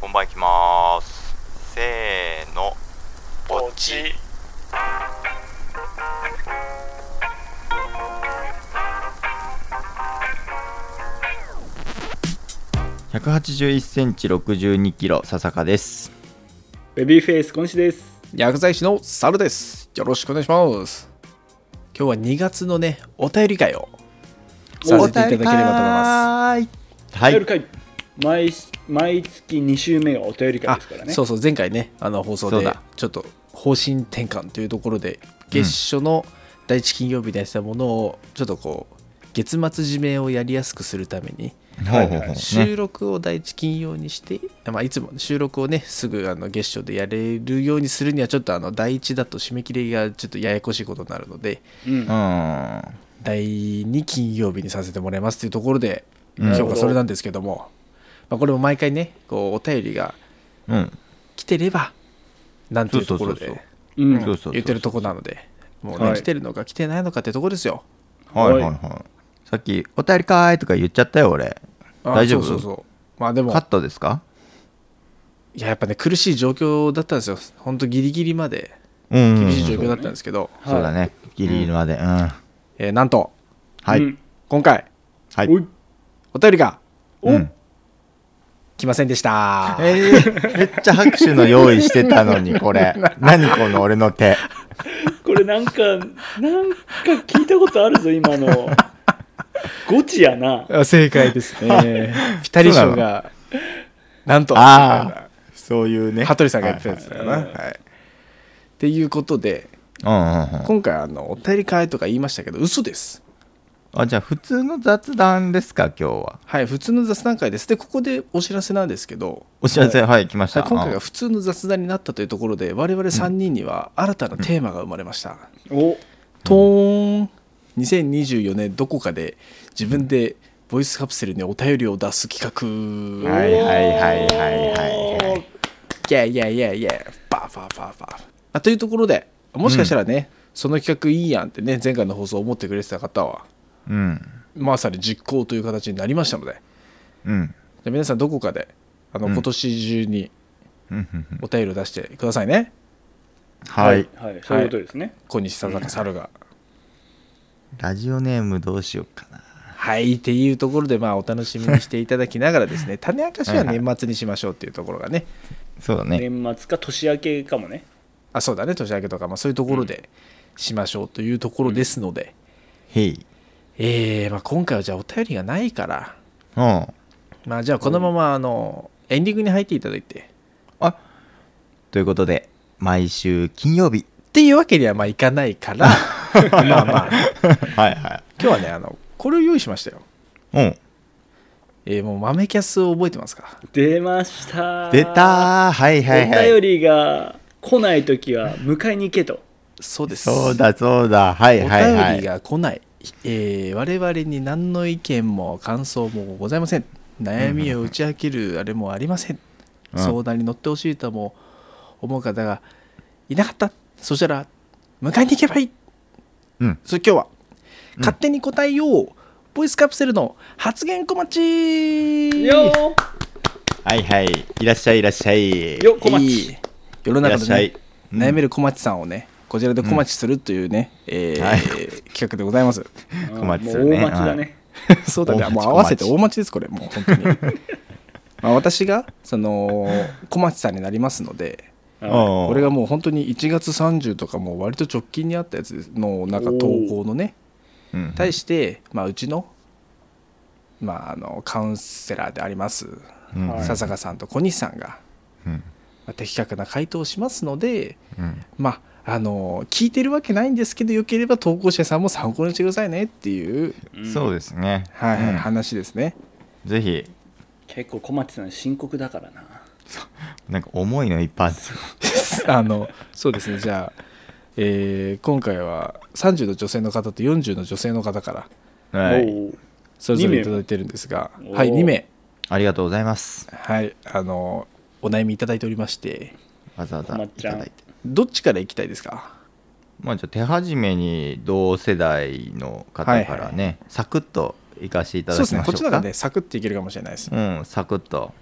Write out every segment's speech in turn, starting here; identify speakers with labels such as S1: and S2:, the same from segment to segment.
S1: 本番いきますせーの
S2: ポチ
S1: 181センチ62キロ笹香です
S3: ベビーフェイス、今週です。
S4: 薬剤師のサルです。よろしくお願いします。今日は2月のね、お便り会をさせていただければと思います。
S1: は
S3: お便り
S1: い
S3: 会毎し毎月2週目がお便り会ですすから
S4: あ、
S3: ね。
S4: そうそう、前回ね、あの放送
S1: そう
S4: で
S1: だ
S4: ちょっと方針転換というところで、月初の第一金曜日でやってたものを、ちょっとこう、月末締めをやりやすくするために、
S1: ほうほうほうね
S4: 収録を第一金曜にして、まあ、いつも収録をねすぐあの月初でやれるようにするにはちょっとあの第一だと締め切りがちょっとややこしいことになるので
S3: うん
S1: う。ん
S4: 第2金曜日にさせてもらいますというところで
S1: うん
S4: 今日がそれなんですけども、まあ、これも毎回ねこうお便りが
S1: うん
S4: 来てればなんていうとこ
S1: そ
S4: ろ
S1: うそう
S4: で
S3: うん
S1: そうそうそう
S4: 言ってるとこなのでもうね
S3: はい
S4: 来てるのか来てないのかってとこですよ
S1: はいはいはいさっき「お便りかーい」とか言っちゃったよ俺
S4: あ
S1: 大丈夫
S4: そうそうそうまあでも
S1: カットですか
S4: いややっぱね苦しい状況だったんですよほんとギリギリまで
S1: うんうんうん
S4: 厳しい状況だったんですけど、
S1: そうだねギリギリまでうんは
S4: えーなんと
S1: い
S3: うん
S4: 今回
S1: はい
S3: おい
S4: お便りが
S3: お
S1: うん
S4: 来ませんでした
S1: えーめっちゃ拍手の用意してたの にこれ何この俺の手
S3: これなんか、なんか聞いたことあるぞ、今 の。ゴチやな。
S4: あ正解です ねピタリ賞がなんと
S1: ああそういうね
S4: 羽鳥さんがやってたやつだよな、
S3: は
S4: はいい
S3: はい
S4: っていうことで
S1: うんうんうん
S4: 今回あのお便り会とか言いましたけど嘘です
S1: あじゃあ普通の雑談ですか今日は
S4: はい普通の雑談会ですでここでお知らせなんですけど
S1: お知らせはい来まし
S4: は
S1: た
S4: い今回
S1: あ
S4: が普通の雑談になったというところで我々3人には新たなテーマが生まれました、
S3: お
S4: トーン2024年どこかで自分でボイスカプセルにお便りを出す企画、
S1: はいはいはいはいはいはい
S4: いやいやいやいやバーバーバーバーあというところでもしかしたらね、その企画いいやんってね前回の放送思ってくれてた方は
S1: うん
S4: まさに実行という形になりましたのでじゃ
S1: うん
S4: あ皆さんどこかであの、今年中に
S1: うんうんうん
S4: お便りを出してくださいね
S1: はい、
S3: はい。そういうことですね。
S4: 小西さんか猿が。
S1: ラジオネームどうしようかな
S4: はいっていうところでまあお楽しみにしていただきながら ですね種明かしは年末にしましょうっていうところがね
S1: そうだね
S3: 年末か年明けかもね。
S4: あそうだね年明けとか、まあ、そういうところでしましょうというところですので、
S1: へい
S4: えーまあ、今回はじゃあお便りがないから、
S1: うん
S4: まあ、じゃあこのままあのエンディングに入っていただいて
S1: あということで毎週金曜 日
S4: っていうわけにはまあいかないから まあま
S1: は
S4: あ
S1: いは
S4: 今日はねあのこれを用意しましたよ、
S1: いうん
S4: えーもう豆キャスを覚えてますか
S3: 出ました。
S1: 出たーはいはいは
S3: お便
S1: い
S3: りが来ないときは迎えに行けと。
S4: そうです
S1: そうだそうだはいはい
S4: お
S1: は
S4: 便り
S1: い
S4: が来ない、えー我々に何の意見も感想もございません悩みを打ち明けるあれもありません、
S1: うん
S4: 相談に乗ってほしいとも思う方がいなかったそしたら迎えに行けばいい、
S1: うん
S4: それ今日は、勝手に答えようボイスカプセルの発言小町
S3: よ
S1: はいはいいらっしゃいいらっしゃい
S3: ーよ、小
S4: い
S3: 町。
S4: い世の
S1: いらっ
S4: 中で
S1: しゃ
S4: ね
S1: い、うん
S4: 悩める小町さんをねこちらで小町するというね、えー
S1: はい
S4: 企画でございます
S3: 小
S1: 町
S3: も
S1: さ
S3: うん
S1: ね
S3: 大町だね。
S4: そうだね
S1: 大町
S4: もう合わせて大町ですこれもう本当に まあ私がその小町さんになりますので
S3: は
S1: うん
S4: これがもう本当に1月30とかもう割と直近にあったやつのなんか投稿のね
S1: うん
S4: 対して、まあ、うちの,、まああのカウンセラーであります
S1: うん
S3: はい
S4: 笹香さんと小西さんが、
S1: うん
S4: まあ的確な回答をしますので
S1: うん
S4: まああの聞いてるわけないんですけどよければ投稿者さんも参考にしてくださいねっていう、
S3: い
S1: そうですね
S4: はいはい
S1: うん
S4: 話ですね。
S1: ぜひ
S3: 結構小町さん深刻だからな
S1: なんか重いのいっぱいある
S4: あのそうですねじゃあ、えー今回は30の女性の方と40の女性の方から
S1: はい、
S3: おう
S4: それぞれいただいてるんですが
S3: 名
S4: はい
S3: おー
S4: 2名
S1: ありがとうございます
S4: はいあのお悩みいただいておりまして
S1: わざわざ
S3: 困っ
S1: い
S3: ちゃう
S1: ただいて
S4: どっちから行きたいですか
S1: まあじゃあ手始めに同世代の方からね、サクッと行かせていた
S4: そう
S1: だ
S4: で
S1: き
S4: すね
S1: ましょう
S4: こっ
S1: か
S4: ちの方がねサクッといけるかもしれないです、
S1: うんサクッと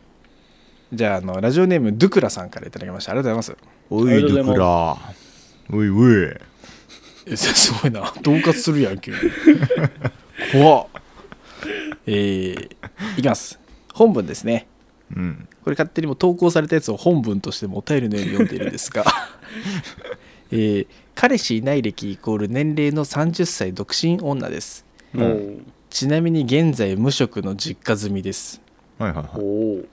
S4: じゃああのラジオネームドゥクラさんからいただきましたありがとうございま
S1: お
S3: あり
S1: い、
S3: がとう
S1: ド
S3: ご
S1: ク
S3: ざい
S1: ラ。おいおい。
S4: すえすごいな恫喝するやん急に怖っえー、いきます本文ですね
S1: うん。
S4: これ勝手にも投稿されたやつを本文としてもお便りのように読んでいるんですが、 えー彼氏いない歴イコール年齢の30歳独身女です
S1: うん
S4: ちなみに現在無職の実家済みです、
S1: はいはいは
S3: お
S1: い。
S3: おー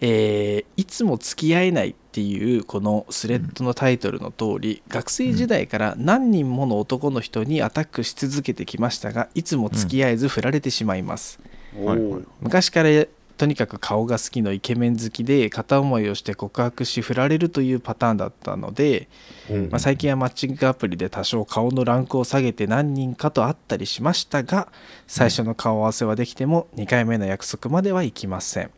S4: えーいつも付き合えないっていうこのスレッドのタイトルの通り、学生時代から何人もの男の人にアタックし続けてきましたがいつも付き合えず振られてしまいます、
S3: お
S1: はい
S3: お
S1: はい
S4: 昔からとにかく顔が好きのイケメン好きで片思いをして告白し振られるというパターンだったので、
S1: うん
S4: まあ、最近はマッチングアプリで多少顔のランクを下げて何人かと会ったりしましたが最初の顔合わせはできても2回目の約束まではいきません
S1: う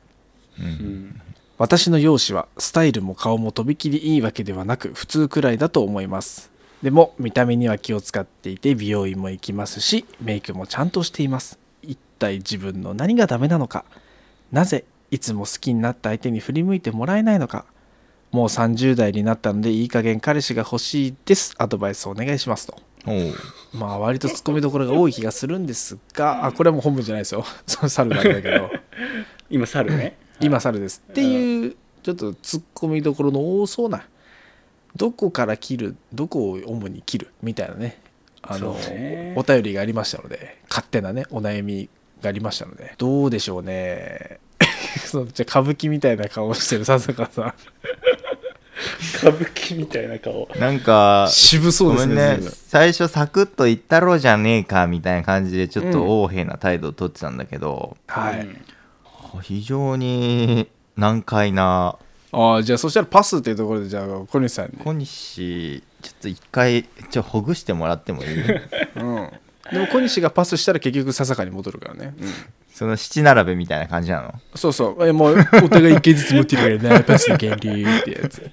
S3: うんん
S4: 私の容姿はスタイルも顔もとびきりいいわけではなく普通くらいだと思いますでも見た目には気を使っていて美容院も行きますしメイクもちゃんとしています一体自分の何がダメなのかなぜいつも好きになった相手に振り向いてもらえないのかもう30代になったのでいい加減彼氏が欲しいですアドバイスお願いしますと
S1: おう
S4: まあ割とツッコミどころが多い気がするんですがあこれはもう本文じゃないですよ その猿なんだけど
S3: 今猿ね
S4: 今猿ですっていうちょっとツッコミどころの多そうなどこから切るどこを主に切るみたいなねあの
S3: そうね
S4: お便りがありましたので勝手なねお悩みがありましたのでどうでしょうね そうじゃあ歌舞伎みたいな顔してる笹川さん
S3: 歌舞伎みたいな顔
S1: なんか、
S4: 渋そう
S1: ご
S4: です
S1: めん
S4: ね
S1: ね
S4: 随分。
S1: 最初サクッと言ったろうじゃねえかみたいな感じでちょっ
S4: うん
S1: と横柄な態度を取ってたんだけど、
S4: はい、
S3: うん
S1: 非常に難解な
S4: ああじゃあそしたらパスっていうところでじゃあ小西さんに、
S1: 小西ちょっと一回ちょほぐしてもらってもいい
S4: うん、でも小西がパスしたら結局笹川に戻るからね、うん
S1: その七並べみたいな感じなの
S4: そうそう。えもう、お互い一件ずつ持ってるからな、パスの源流ってやつ。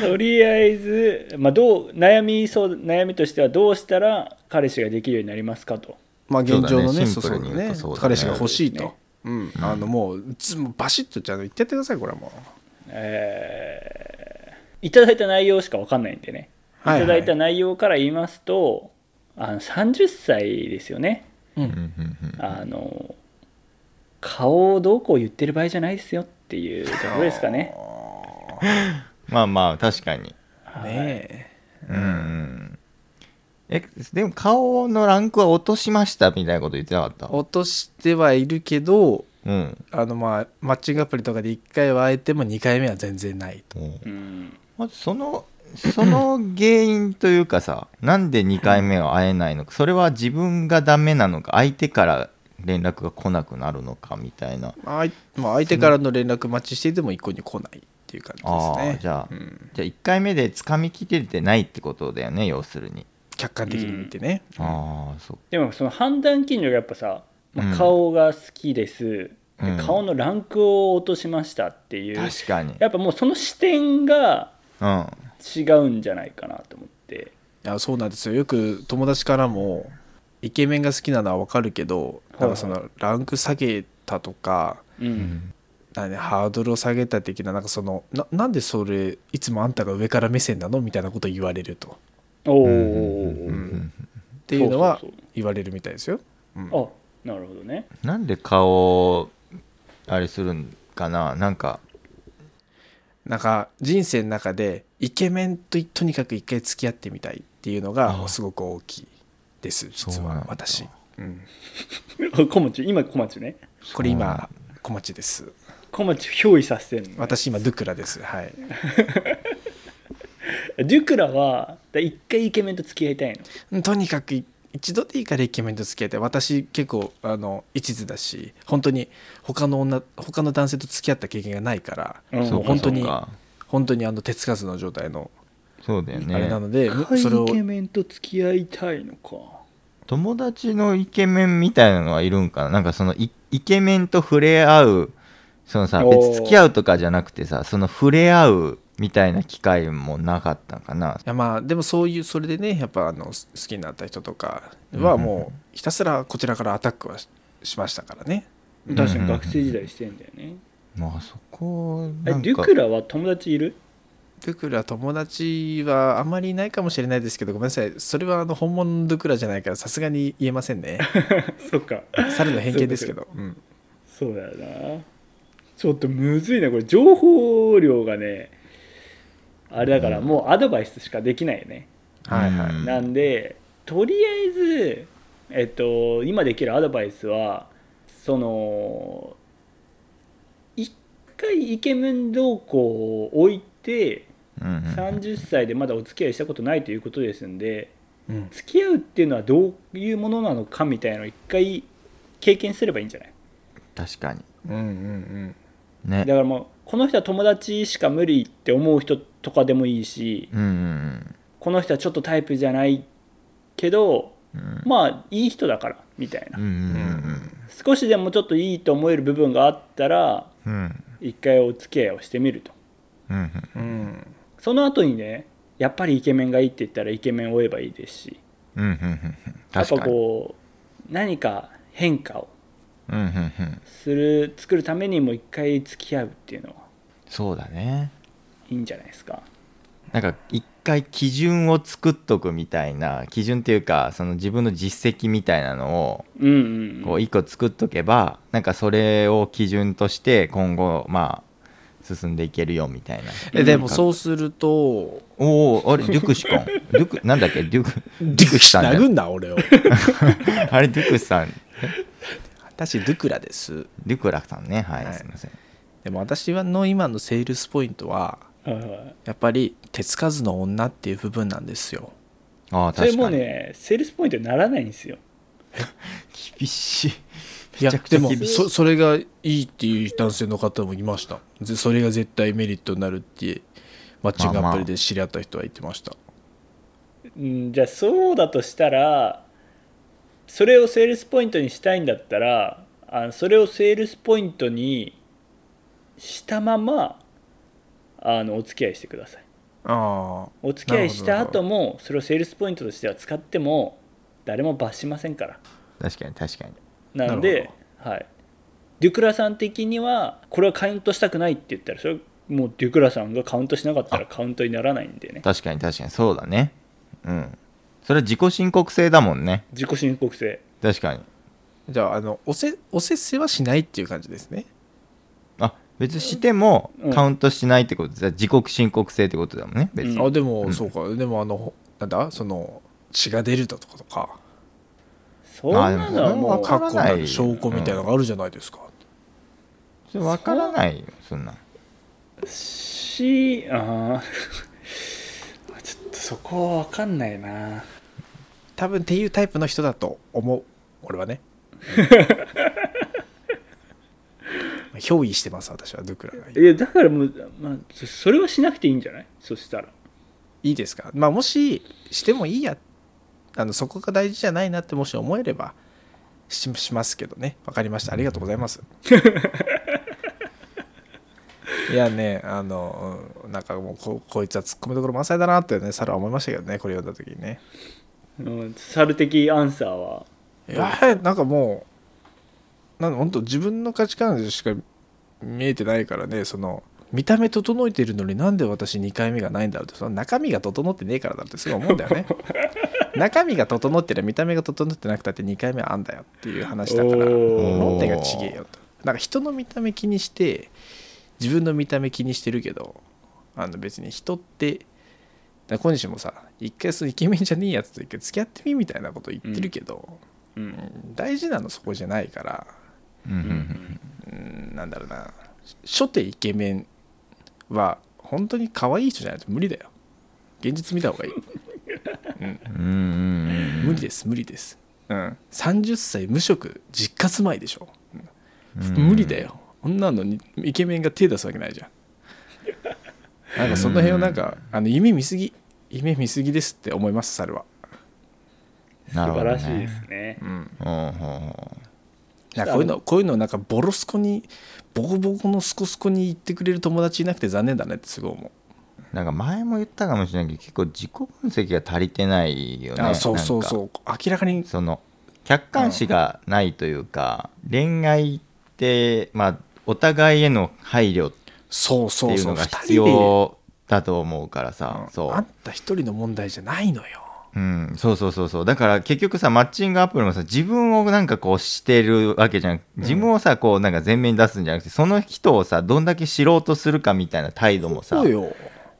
S3: とりあえず、まあ、どう悩みそう悩みとしてはどうしたら彼氏ができるようになりますかと
S4: まあ、現状のね、
S1: そ
S4: そう
S1: うだね
S4: そ
S1: シンプルに
S4: うだ
S1: 言う
S4: ね
S1: とそうだね
S4: 彼氏が欲しいと。
S3: ね
S4: うん、あのもうつもうバシッとじゃあ言ってやってくださいこれはも
S3: えーいただいた内容しか分かんないんでね、
S4: は
S3: い
S4: いは
S3: た
S4: い
S3: だいた内容から言いますとあの30歳ですよね
S4: う、う
S1: うんうんうん
S3: あの顔をどうこう言ってる場合じゃないですよっていうところですかね。
S1: まあまあ確かに
S4: ね
S1: うんうんえでも顔のランクは落としましたみたいなこと言ってなかった
S4: え落としてはいるけど
S1: うん
S4: あのまあマッチングアプリとかで1回は会えても2回目は全然ないと
S1: うん
S3: うん
S1: まずそのその原因というか さなんで2回目は会えないのかそれは自分がダメなのか相手から連絡が来なくなるのかみたいな
S4: あいまあ相手からの連絡待ちしていても一向に来ないっていう感じ
S1: あ
S4: です
S1: あ
S4: ね
S1: じゃあ
S4: うん、
S1: じゃあ1回目で掴みきれてないってことだよね要するに
S4: 客観的に見てね、
S1: ああそ
S3: でもその判断基準がやっぱさ、まあ
S1: うん
S3: 顔が好きです、で
S1: うん
S3: 顔のランクを落としましたっていう
S1: う確かに
S3: やっぱもうその視点が
S1: うん
S3: 違うんじゃないかなと思って。
S4: いやそうなんですよよく友達からもイケメンが好きなのはわかるけどなんかそのランク下げたとか
S3: う、
S1: うんん
S4: なんかねハードルを下げた的ななんかそのななんでそれいつもあんたが上から目線なのみたいなことを言われると
S3: おお、
S1: うん
S4: っていうのは
S3: そうそうそう
S4: 言われるみたいですよ。うん
S3: あなるほどね
S1: なんで顔をあれするんかななんか
S4: なんか人生の中でイケメンととにかく一回付き合ってみたいっていうの
S1: あ
S4: がすごく大きいです実
S1: そうなん
S4: は
S1: だ
S4: 私。うん、
S3: あ小町今小町ね
S4: これ今小町です
S3: 小町憑依させてんのね、
S4: 私今ドゥクラですはい
S3: デュクラはだ一回イケメンと付き合いたいの
S4: とにかくい一度でいいからイケメンと付き合って私結構あの一途だし本当に他の女他の男性と付き合った経験がないから、
S3: うん
S1: そうか
S4: 本当に
S1: そうか
S4: 本当にあの手つかずの状態の
S1: そうだよ
S4: あれ
S1: ね
S4: なので、むそれを
S3: イケメンと付き合いたいのか
S1: 友達のイケメンみたいなのはいるんかななんかそのイイケメンと触れ合うそのさ
S3: おー
S1: 別に付き合うとかじゃなくてさその触れ合うみたいな機会もなかったんかない
S4: やまあでもそういうそれでねやっぱあのす好きになった人とかはもうひたすらこちらからアタックはししましたからね。
S3: 確かに学生時代してんだよね、
S1: まあそこ
S3: え
S1: なん
S3: デュ
S1: か
S3: クラは友達いる
S4: ドゥクラ友達はあまりいないかもしれないですけどごめんなさいそれはあの本物のドゥクラじゃないからさすがに言えませんね
S3: そっか
S4: 猿の偏見ですけど、うん、
S3: そうだよなちょっとむずいなこれ情報量がねあれだから
S1: うん
S3: もうアドバイスしかできないよね、
S4: はいはい、
S1: うん
S3: なんでとりあえずえっと今できるアドバイスはその一回イケメン動向を置いて
S1: うんうん
S3: 30歳でまだお付き合いしたことないということですんで
S4: うん
S3: 付き合うっていうのはどういうものなのかみたいなのを一回経験すればいいんじゃない
S1: 確かに
S4: うんうん
S1: ね
S3: だからもうこの人は友達しか無理って思う人とかでもいいし
S1: うんうん
S3: この人はちょっとタイプじゃないけど
S1: うんうん
S3: まあいい人だからみたいな
S1: うんうん
S3: 少しでもちょっといいと思える部分があったら
S1: うんうん
S3: 一回お付き合いをしてみると
S1: うんうん
S4: うんうん
S3: その後にねやっぱりイケメンがいいって言ったらイケメンを追えばいいですし
S1: うんうんうん
S3: やっ
S1: 確
S3: ぱ
S1: かに
S3: こう何か変化を
S1: うんうんうん
S3: する作るためにも一回付き合うっていうのは
S1: そうだね
S3: いいんじゃないですか
S1: なんか一回基準を作っとくみたいな基準っていうかその自分の実績みたいなのを
S3: うんうん
S1: こ
S3: う
S1: うん一個作っとけばなんかそれを基準として今後まあ進んでいけるよみたいな
S4: えでもそうすると
S1: おおあれデュクシコンデュクなんだっけデュクデュクシさんだ
S4: 殴
S1: よ
S4: んな俺を
S1: あれデュクシさん
S4: 私ドゥクラです
S1: デュクラさんねはい、
S4: はい
S1: すいません
S4: でも私はの今のセールスポイントは
S3: はいはい
S4: やっぱり手つかずの女っていう部分なんですよ
S1: ああ
S3: それ
S1: 確
S3: も
S1: か
S3: う
S1: に、
S3: ねセールスポイントにならないんですよ
S1: 厳しい
S4: い
S1: め
S4: や
S1: ちゃくちゃ
S4: でも
S1: 厳しい
S4: そそれがいいっていう男性の方もいましたぜそれが絶対メリットになるってマッチングアプリで知り合った人は言ってました、
S3: うんじゃあそうだとしたらそれをセールスポイントにしたいんだったらあそれをセールスポイントにしたままあのお付き合いしてください
S4: あ
S3: お付き合いした後もそれをセールスポイントとしては使っても誰も罰しませんから
S1: 確かに確かに
S3: なの
S4: な
S3: で
S4: るほ
S3: はい、デュクラさん的にはこれはカウントしたくないって言ったらそれもうデュクラさんがカウントしなかったらカウントにならないんでね
S1: 確かに確かにそうだねうんそれは自己申告制だもんね
S3: 自己申告制
S1: 確かに
S4: じゃああのおせおせっせはしないっていう感じですね
S1: あ別にしても
S3: うん
S1: カウントしないってことじゃあ自己申告制ってことだもんね別に、
S3: うん
S4: あでも、
S1: うん
S4: そうかでもあのなんだその血が出るだとかとか
S3: そんなのは
S1: まあで
S3: もう
S1: も
S4: 過
S1: わから
S4: 去
S1: ない
S4: の証拠みたいなのがあるじゃないですか、
S1: それ分からないよそんなん
S3: し あーちょっとそこは分かんないな
S4: 多分っていうタイプの人だと思う俺はねうん憑依してます私はドゥクラがい
S3: いやだからもう、まあ、そそれはしなくていいんじゃないそしたら
S4: いですかまあもししてもいいやあのそこが大事じゃないなってもし思えればししますけどねわかりましたありがとうございますいやねあの、うんなんかもうここいつは突っ込みどころ満載だなってね猿は思いましたけどねこれ読んだ時にね
S3: うん猿的アンサーはい
S4: やなんかもうなん本当自分の価値観しか見えてないからねその見た目整えてるのになんで私2回目がないんだろうってその中身が整ってねえからだってすごい思うんだよね中身が整ってる見た目が整ってなくたって2回目はあんだよっていう話だから
S3: お
S1: ー
S4: 論点がちげえよとなんか人の見た目気にして自分の見た目気にしてるけどあの別に人ってだから小西もさ一回そのイケメンじゃねえやつと一回付き合ってみみたいなこと言ってるけど、
S3: うん
S4: 大事なのそこじゃないから
S1: うんうん
S4: うんなんだろうな初手イケメンは本当に可愛い人じゃないと無理だよ現実見た方がいい
S1: うんうんうん
S4: 無理です無理です、うん、30歳無職実家住まいでしょ、
S1: うん
S4: 無理だよ女のにイケメンが手出すわけないじゃんなんかその辺をなんか、あの夢見すぎ夢見すぎですって思います猿は
S1: なる
S3: 素
S1: ほど
S3: 晴
S1: ね
S3: らしいですね
S4: うん
S1: うんうんうん
S4: なんかこういうのこういうのなんかボロスコにボコボコのスコスコに言ってくれる友達いなくて残念だねってすごい思う
S1: なんか前も言ったかもしれないけど結構自己分析が足りてないよね
S4: あそうそう
S1: う
S4: そう明らかに
S1: その客観視がないというか、恋愛ってまあお互いへの配慮って
S4: そうそう
S1: いう
S4: そ
S1: の
S4: う
S1: が
S4: 二
S1: 必
S4: 人で
S1: 要だと思うからさそ
S4: あん
S1: う、
S4: た一人の問題じゃないのよ
S1: うん、そうそうそうそうだから結局さマッチングアプリもさ自分をなんかこうしてるわけじゃなく自分をさこうなんか前面に出すんじゃなくてその人をさどんだけ知ろうとするかみたいな態度もさ
S4: そうよ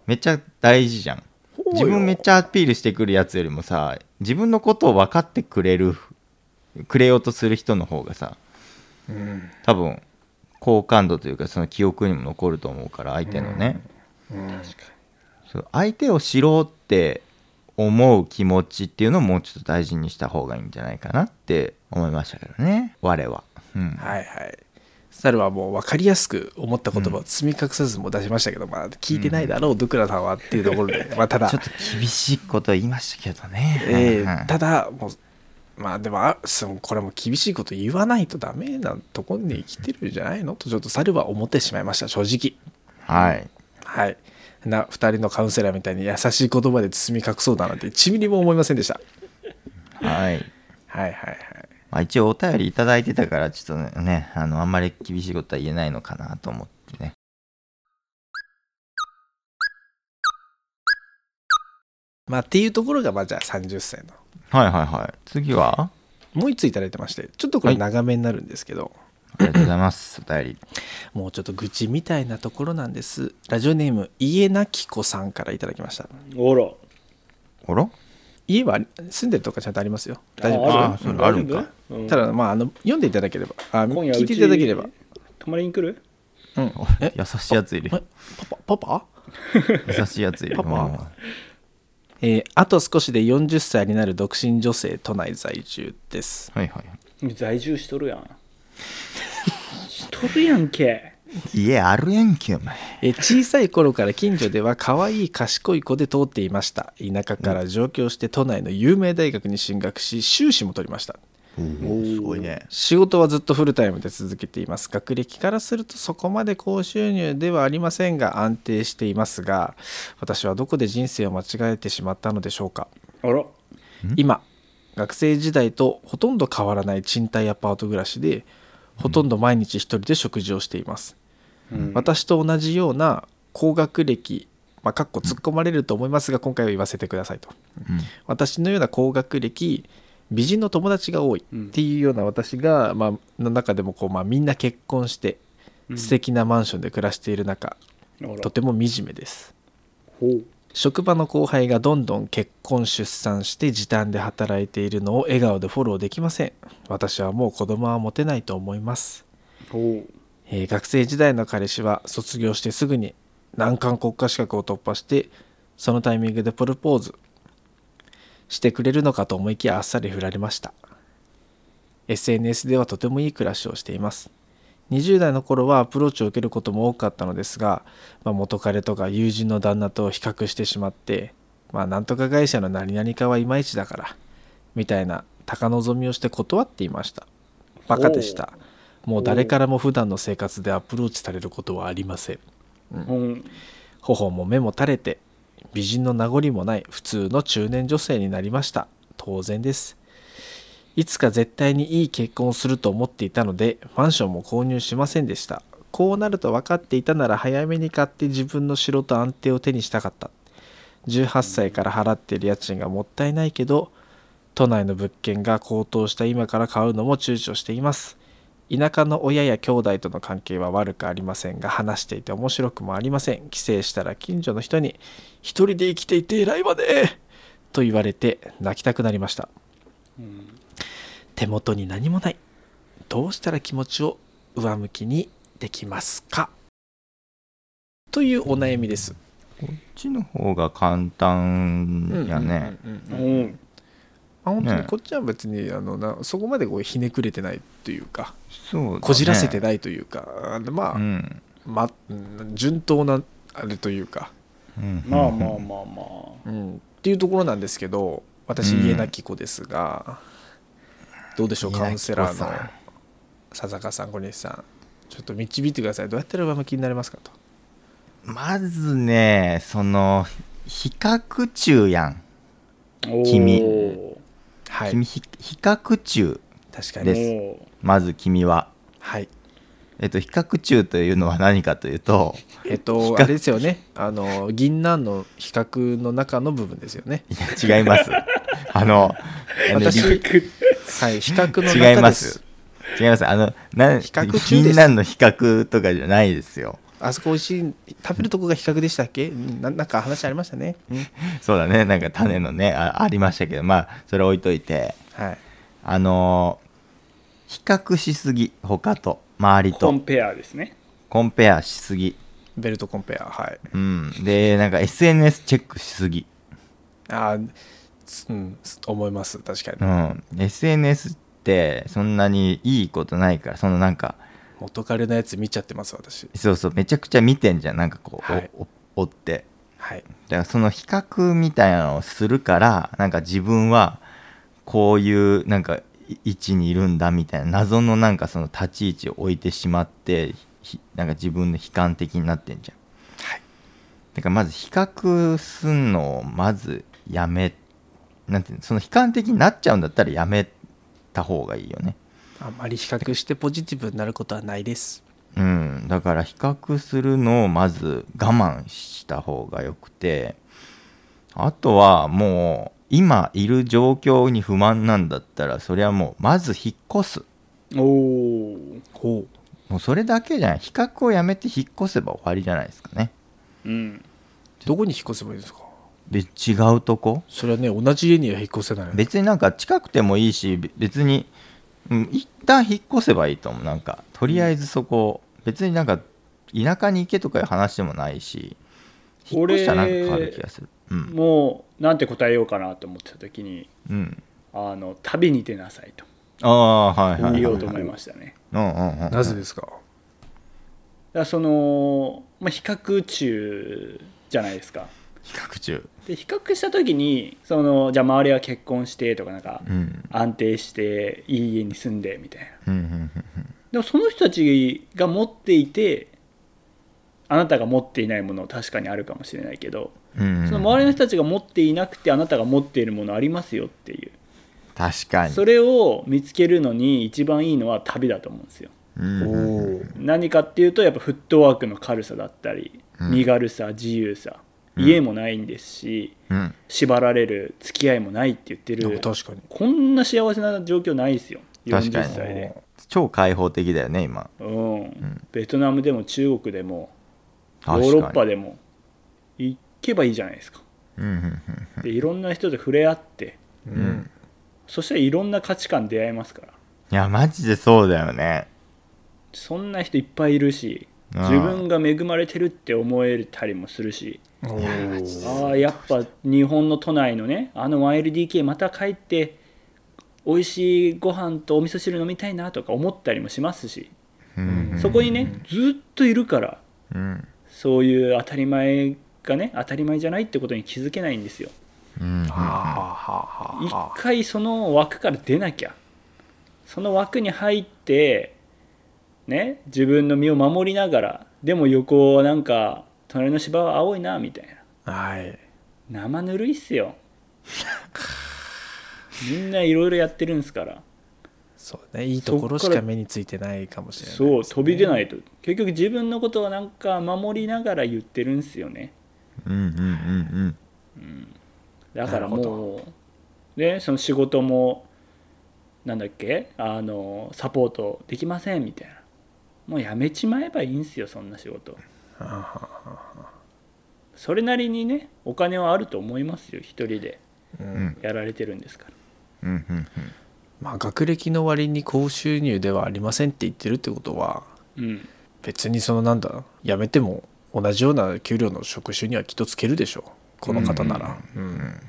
S1: めっちゃ大事じゃん
S4: そうよ
S1: 自分めっちゃアピールしてくるやつよりもさ自分のことを分かってくれるくれようとする人の方がさ
S4: うん
S1: 多分好感度というかその記憶にも残ると思うから相手のね、
S4: うん
S1: そう相手を知ろうって思う気持ちっていうのをもうちょっと大事にした方がいいんじゃないかなって思いましたけどね我は、うん
S4: はいはい。猿はもう分かりやすく思った言葉を積み隠さずも出しましたけど、まあ聞いてないだろう、ドクラさんはっていうところ で、まあただ
S1: ちょっ、と厳しいこと言いましたけどね、
S4: え
S1: うんう
S4: ー
S1: ん
S4: ただ、もう、まあでもあその、これも厳しいこと言わないとダメなとこに生きてるんじゃないのと、ちょっと猿は思ってしまいました、正直。
S1: はい
S4: はい。な2人のカウンセラーみたいに優しい言葉で包み隠そうだなんて1ミリも思いませんでした。
S1: はい
S4: はいはいはい。
S1: まあ、一応お便りいただいてたからちょっとねあのあんまり厳しいことは言えないのかなと思ってね
S4: まあっていうところが、まあじゃあ30歳の。
S1: はいはいはい次は
S4: もう1ついただいてまして、ちょっとこれ長めになるんですけど、
S1: ありがとうございます お便り
S4: もうちょっと愚痴みたいなところなんです。ラジオネーム、家なき子さんからいただきました。
S3: おら
S1: あら
S4: 家は住んでるとかちゃんとありますよ。大丈夫
S1: あ
S3: る
S1: それあるんか
S3: 大丈夫うん
S4: ただ、まあ、あの読んでいただければ、あ
S3: 今夜
S4: 聞いていただければ
S3: うち。泊まりに来る
S4: うん、え
S1: 優しいやついる
S4: えパパパパ
S1: 優しいやついる
S4: パパ
S1: うん
S4: えーあと少しで40歳になる独身女性、都内在住です。
S1: はいは
S3: 在住しとるやんしとるやんけ
S1: い家あるやんけお前
S4: えー小さい頃から近所では可愛い賢い子で通っていました。田舎から上京して都内の有名大学に進学し、修士も取りました。
S1: すごいね
S4: 仕事はずっとフルタイムで続けています学歴からするとそこまで高収入ではありませんが安定していますが私はどこで人生を間違えてしまったのでしょうか
S3: あら
S4: 今学生時代とほとんど変わらない賃貸アパート暮らしでほとんど毎日一人で食事をしています、私と同じような高学歴まあ、かっこ突っ込まれると思いますが今回は言わせてくださいと、
S1: ん
S4: 私のような高学歴美人の友達が多いっていうような私が、まあ、の中でもこう、まあ、みんな結婚して素敵なマンションで暮らしている中、
S3: あら
S4: とても惨めです
S3: ほう
S4: 職場の後輩がどんどん結婚出産して時短で働いているのを笑顔でフォローできません私はもう子供は持てないと思います、
S3: ほ
S4: えー学生時代の彼氏は卒業してすぐに難関国家資格を突破してそのタイミングでプロポーズしてくれるのかと思いきやあっさり振られました SNS ではとてもいい暮らしをしています20代の頃はアプローチを受けることも多かったのですが、まあ、元彼とか友人の旦那と比較してしまって、まあ、なんとか会社の何々かはいまいちだからみたいな高望みをして断っていましたバカでしたもう誰からも普段の生活でアプローチされることはありません
S3: うほう
S4: 頬も目も垂れて美人の名残もない普通の中年女性になりました当然ですいつか絶対にいい結婚をすると思っていたのでマンションも購入しませんでしたこうなると分かっていたなら早めに買って自分の城と安定を手にしたかった18歳から払ってる家賃がもったいないけど都内の物件が高騰した今から買うのも躊躇しています田舎の親や兄弟との関係は悪くありませんが話していて面白くもありません帰省したら近所の人に「一人で生きていて偉いわね!」と言われて泣きたくなりました手元に何もないどうしたら気持ちを上向きにできますかというお悩みです。
S1: こっちの方が簡単やね
S4: うんうんうんうん
S3: うん
S4: まあ本当に
S1: ね
S4: こっちは別にあのなそこまでこうひねくれてないというか
S1: そうだね
S4: こじらせてないというかあのまあ、
S1: うん
S4: ま、うん順当なあれというか、
S1: うん
S3: まあまあまあまあ
S4: うん、っていうところなんですけど私
S1: うん
S4: 家なき子ですが、どうでしょう
S1: 家
S4: カ
S1: なき子
S4: ウンセラー
S1: さん
S4: の佐坂さん小西さんちょっと導いてくださいどうやったら上向きになれますかと
S1: まずねその比較中やん、
S3: おー
S1: 君
S4: はい
S1: 君ひ比較中
S4: 確かに
S1: です
S3: おー
S1: まず君は
S4: はい
S1: えっと、比較中というのは何かというと、
S4: えっ
S1: 比
S4: と
S1: 較
S4: あれですよねあの銀杏の比較の中の部分ですよね
S1: いや違い ます。あの、あの
S4: 私
S1: り
S4: はい比較の中です
S1: 違います。違います。あの、な
S4: 比較中です
S1: みんなの比較とかじゃないですよ。
S4: あそこ美味しい食べるとこが比較でしたっけうんななんか話ありましたね、うん
S1: そうだね、なんか種のね、あありましたけど、まあ、それ置いといて、
S4: はい
S1: あのー比較しすぎ、他と、周り
S3: コン
S1: と、
S3: ペアですね
S1: コンペアしすぎ。
S4: ベルトコンペアはい
S1: うん。で、なんか SNS チェックしすぎ。
S4: あーすうんす思います確かに、
S1: うん。SNS って、そんなにいいことないから、そのなんか、
S4: 元彼のやつ見ちゃってます私
S1: そうそう、めちゃくちゃ見てんじゃん、なんかこう、
S4: はい
S1: おお追って。
S4: はい
S1: だからその比較みたいなのをするからなんか自分はこういうなんかい位置にいるんだみたいな謎のなんかその立ち位置を置いてしまってひなんか自分の悲観的になってんじゃん。
S4: はい
S1: だからまず比較すんのをまずやめなんていうのその悲観的になっちゃうんだったらやめた方がいいよね。
S4: あんまり比較してポジティブになることはないです
S1: うん、だから比較するのをまず我慢した方がよくてあとはもう今いる状況に不満なんだったらそれはもうまず引っ越す
S3: おおー
S4: ほう
S1: もうそれだけじゃない比較をやめて引っ越せば終わりじゃないですかね
S3: うん
S4: どこに引っ越せばいいですか
S1: で違うとこ
S4: それはね同じ家には引っ越せない
S1: 別になんか近くてもいいしべ別に、うん、一旦引っ越せばいいと思うなんかとりあえずそこ別になんか田舎に行けとかいう話でもないし引っ越したらなんか変わる気がするうん
S3: もうなんて答えようかなと思ってた時に
S1: うん
S3: あの旅に出なさいと
S1: ああはいはいはい、はい、
S3: 言おうと思いましたね
S1: うんうんうん
S4: なぜですか
S3: だからその、まあ、比較中じゃないですか
S1: 比較中
S3: で比較した時にそのじゃあ周りは結婚してとかなんか
S1: うん
S3: 安定していい家に住んでみたいな
S1: うんうんうん
S3: でもその人たちが持っていてあなたが持っていないもの確かにあるかもしれないけど
S1: うんうん
S3: その周りの人たちが持っていなくてあなたが持っているものありますよっていう
S1: 確かに
S3: それを見つけるのに一番いいのは旅だと思うんですよ
S1: うん
S4: お
S1: うん
S4: お
S3: 何かっていうとやっぱフットワークの軽さだったり
S1: うん
S3: 身軽さ自由さ
S1: うん
S3: 家もないんですし
S1: うん
S3: 縛られる付き合いもないって言って
S4: でも
S3: る
S4: 確かに
S3: こんな幸せな状況ないですよ
S1: 確か
S3: 40
S1: に
S3: 歳で、
S1: 超開放的だよね今
S3: うん
S1: ん
S3: ベトナムでも中国でもヨ
S1: 確かに
S3: ーロッパでも行けばいいじゃないですか
S1: うんうん
S3: でいろんな人と触れ合って
S4: う
S1: うんうん
S4: ん
S3: そしたらいろんな価値観出会えますから
S1: いやマジでそうだよね
S3: そんな人いっぱいいるし
S1: うん
S3: 自分が恵まれてるって思えたりもするし
S4: おー
S3: ああやっぱ日本の都内のねあの 1LDK また帰って美味しいご飯とお味噌汁飲みたいなとか思ったりもしますし
S1: うん
S3: そこにねずっといるから
S1: うん
S3: そういう当たり前がね当たり前じゃないってことに気づけないんですよ
S1: うん
S4: はあはあはあは
S3: 一
S4: あ
S3: 回その枠から出なきゃその枠に入ってね自分の身を守りながらでも横をなんか隣の芝は青いなみたいな
S4: はい
S3: 生ぬるいっす よみんないろいろやってるんですから
S4: そうねいいところし
S3: そっか
S4: から目についてないかもしれないですね、
S3: そう飛び出ないと結局自分のことはなんか守りながら言ってるんですよね
S1: うんうんうん
S3: だから
S4: なるほ
S3: もうねその仕事もなんだっけあのサポートできませんみたいなもうやめちまえばいいんですよそんな仕事
S4: あはは
S3: それなりにねお金はあると思いますよ一人で
S4: うん
S1: うんうん
S3: やられてるんですから
S1: うんうん
S4: まあ学歴の割に高収入ではありませんって言ってるってことは
S3: うん
S4: 別にそのなんだ辞めても同じような給料の職種にはきっとつけるでしょうこの方なら、うん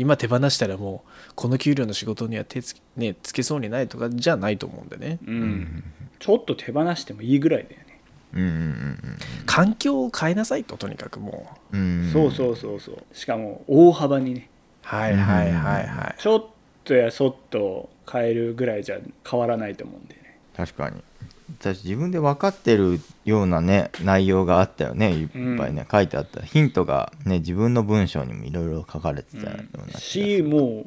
S4: 今手放したらもうこの給料の仕事には手つ,、ね、つけそうにないとかじゃないと思うんでね
S3: うん、ちょっと手放してもいいぐらいだよね、
S1: うんうん
S4: 環境を変えなさいととにかくもう
S1: うんうん
S3: そうそうそうそうしかも大幅にね
S4: はいはいはいはい、
S3: ちょっとやそっと変えるぐらいじゃ変わらないと思うんでね
S1: 確かに私自分で分かってるようなね内容があったよねいっぱいね、書いてあったヒントがね自分の文章にもいろいろ書かれてたような気がす
S3: し
S1: る、
S3: もう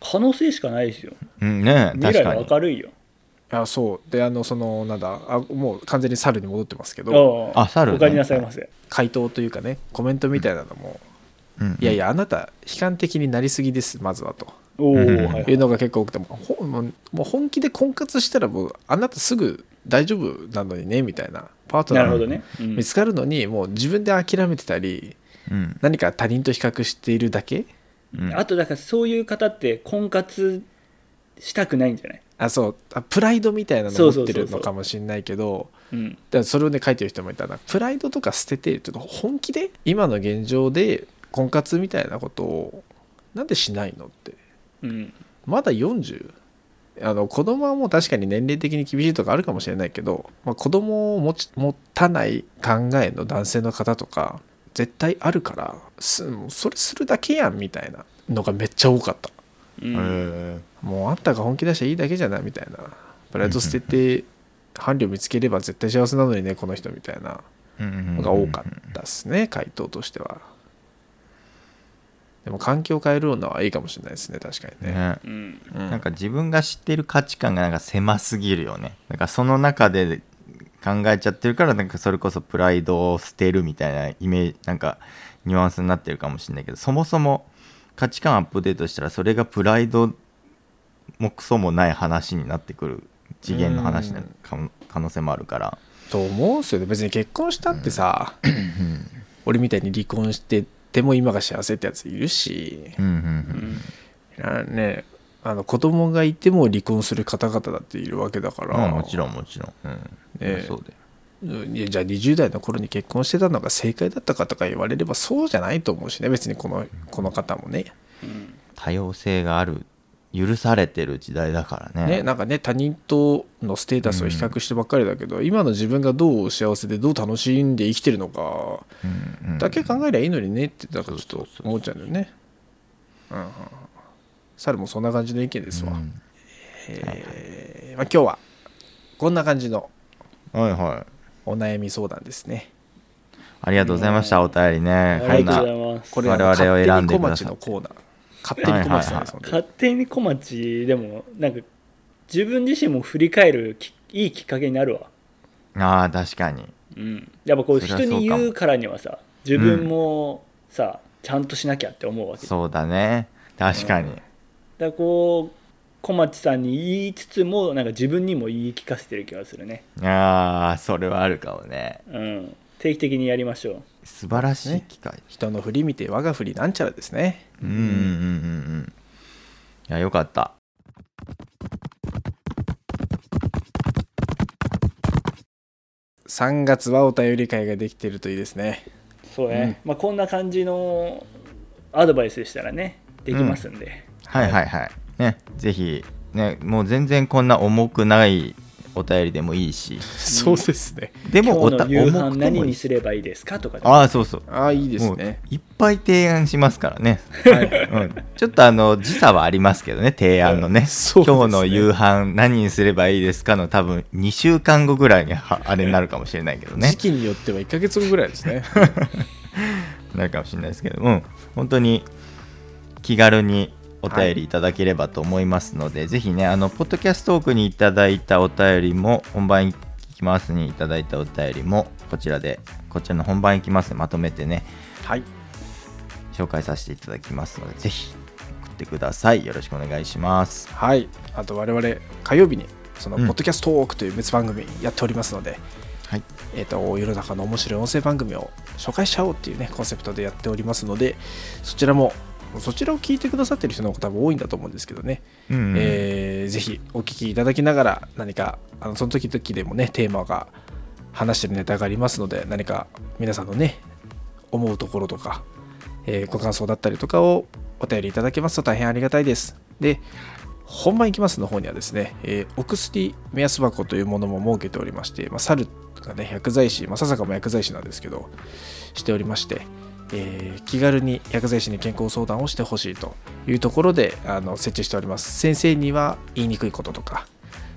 S3: 可能性しかないですよ
S1: うん、ね
S3: 未
S1: 確
S3: 来
S1: か
S3: は
S1: に
S3: 明るいよ
S4: あそうであのそのなんだあもう完全に猿に戻ってますけど
S3: おう
S1: あ猿ね
S3: おかえりなさいませ
S4: 回答というかねコメントみたいなのも、
S1: うん
S4: いやいやあなた悲観的になりすぎですまずはと
S3: おお、
S1: うん
S3: はい
S4: いうのが結構多くてもほもうもう本気で婚活したらもうあなたすぐ大丈夫なのにねみたいなパート
S3: な
S4: ナ
S3: るほど
S4: ー
S3: ね、うん
S4: 見つかるのにもう自分で諦めてたり
S1: うん
S4: 何か他人と比較しているだけ
S1: うん
S3: あとだからそういう方って婚活したくないんじゃない、
S4: あそうあプライドみたいなの
S3: そう
S4: 持
S3: そう
S4: っ
S3: そ
S4: て
S3: うそう
S4: るのかもしれないけど
S3: うん、
S4: だからそれをね書いてる人もいたなプライドとか捨ててるというか本気で今の現状で婚活みたいなことをなんでしないのって
S3: うん、
S4: まだ40あの子供はもう確かに年齢的に厳しいとかあるかもしれないけど、まあ、子供を持ち持たない考えの男性の方とか絶対あるからすもうそれするだけやんみたいなのがめっちゃ多かった
S3: うん
S1: へ
S4: もうあんたが本気出しゃいいだけじゃないみたいなプライド捨てて伴侶見つければ絶対幸せなのにねこの人みたいな
S1: ー
S4: のが多かったっすね回答としてはでも環境を変えるのはいいかもしれないですね確かにね
S1: ね
S3: うん
S4: うん
S1: なんか自分が知ってる価値観がなんか狭すぎるよねなんかその中で考えちゃってるからなんかそれこそプライドを捨てるみたいなイメージなんかニュアンスになってるかもしれないけどそもそも価値観アップデートしたらそれがプライドもクソもない話になってくる次元の話なのかも可能性もあるから
S4: と思うんすよね別に結婚したっ てさ、俺みたいに離婚してでも今が幸せってやついるし、
S1: うんうん
S3: うん
S4: なねあの子供がいても離婚する方々だっているわけだか
S1: うん
S4: ら、
S1: まあもちろんもちろん、うん
S4: え
S1: そうだよ
S4: うんいやじゃあ20代の頃に結婚してたのが正解だったかとか言われればそうじゃないと思うしね別にこのこの方もね
S1: 多様性がある許されてる時代だからね
S4: ねなんかね他人とのステータスを比較してばっかりだけど、今の自分がどう幸せでどう楽しんで生きてるのか
S1: うんうん
S4: だけ考えりゃいいのにねってなんかちょっと思っちゃうんだよね。うんうんうん猿もそんな感じの意見ですわ。
S1: うん
S4: えーまあ、今日はこんな感じの
S1: はいはい
S4: お悩み相談ですね。
S1: ありがとうございました、お便りね。
S3: あ
S1: こ
S3: り
S1: ん
S3: が
S1: な
S3: とうございます
S4: これはあの
S1: 我々を選んでくださ
S4: 勝
S1: い
S4: 手に小町のコーナー。勝手に小町さんです、
S3: 勝手に小町でもなんか自分自身も振り返るきいいきっかけになるわ、
S1: ああ、確かに。
S3: うん、やっぱこう
S1: そり
S3: 人
S1: ゃそうかも
S3: に言うからにはさ自分もさ、ちゃんとしなきゃって思うわけだか
S1: そうだね。確かに。
S3: らこう小町さんに言いつつもなんか自分にも言い聞かせてる気がするね、
S1: ああ、それはあるかもね。
S3: うん、定期的にやりましょ
S1: 素晴らしい機会。
S4: 人の振り見て我が振りなんちゃらですね。
S1: うんうんうんうんうん。いや、よかった。
S4: 3月はお便り会ができてるといいですね。
S3: うそうね、まあ、こんな感じのアドバイスでしたらねできますんで、
S1: はいはいはい。ね、ぜひ、ね、もう全然こんな重くないお便りでもいいし、
S4: そうですね。
S1: でもお
S3: 今日
S1: た
S3: の夕飯
S1: 重くて
S3: 何
S1: もい
S3: に
S1: いし。
S3: すればいいですかとかでも
S1: ああ、そうそう。
S4: ああ、いいです
S1: もう
S4: ね。
S1: いっぱい提案しますからね。
S4: はい
S1: うんちょっとあの時差はありますけどね提案のね,、
S4: そうですね
S1: 今日の夕飯何にすればいいですかの多分2週間後ぐらいにはあれになるかもしれないけどね
S4: 時期によっては1ヶ月後ぐらいで すね。
S1: なるかもしれないですけどうん本当に気軽にお便りいただければと思いますので、ぜひねあのポッドキャストトークにいただいたお便りも本番いきますにいただいたお便りもこちらでこちらの本番いきますでまとめてね
S4: はい。
S1: 紹介させていただきますのでぜひ送ってくださいよろしくお願いします
S4: はい、あと我々火曜日にその
S1: う
S4: ポ
S1: ん
S4: ッドキャストトークという別番組やっておりますので、
S1: はい
S4: えっ、と世の中の面白い音声番組を紹介しちゃおうっていうねコンセプトでやっておりますので、そちらもそちらを聞いてくださってる人の方も多いんだと思うんですけどね、
S1: うんうん
S4: えーぜひお聞きいただきながら何かあのその時々でもねテーマが話してるネタがありますので何か皆さんのね思うところとか、えーご感想だったりとかをお便りいただけますと大変ありがたいですで本番いきますの方にはですね、えーお薬目安箱というものも設けておりまして、まあ、猿がね薬剤師、まあ、笹香も薬剤師なんですけどしておりまして、えー気軽に薬剤師に健康相談をしてほしいというところであの設置しております先生には言いにくいこととか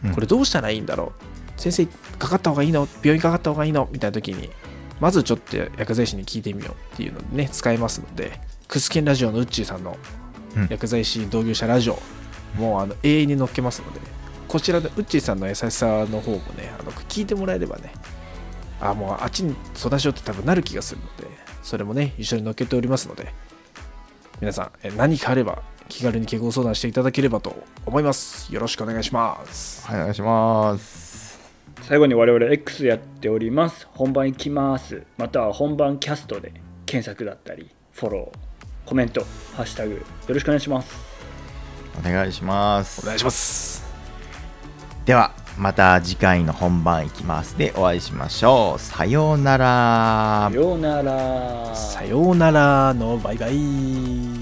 S1: うん
S4: これどうしたらいいんだろう先生かかった方がいいの病院かかった方がいいのみたいな時にまずちょっと薬剤師に聞いてみようっていうのでね使えますのでクスケンラジオのウッチーさんの
S1: うん
S4: 薬剤師同業者ラジオ、もうあの永遠に載っけますのでこちらのウッチーさんの優しさの方もねあの聞いてもらえればねあもうあっちに育ちようって多分なる気がするのでそれもね一緒に乗っけておりますので皆さんえ何かあれば気軽に結婚相談していただければと思いますよろしくお願いします
S1: はいお願いします
S3: 最後に我々 X やっております本番行きますまたは本番キャストで検索だったりフォローコメントハッシュタグよろしくお願いします
S1: お願いします
S4: お願いします
S1: ではまた次回の本番いきますでお会いしましょうさようなら
S3: さようなら
S4: さようならのバイバイ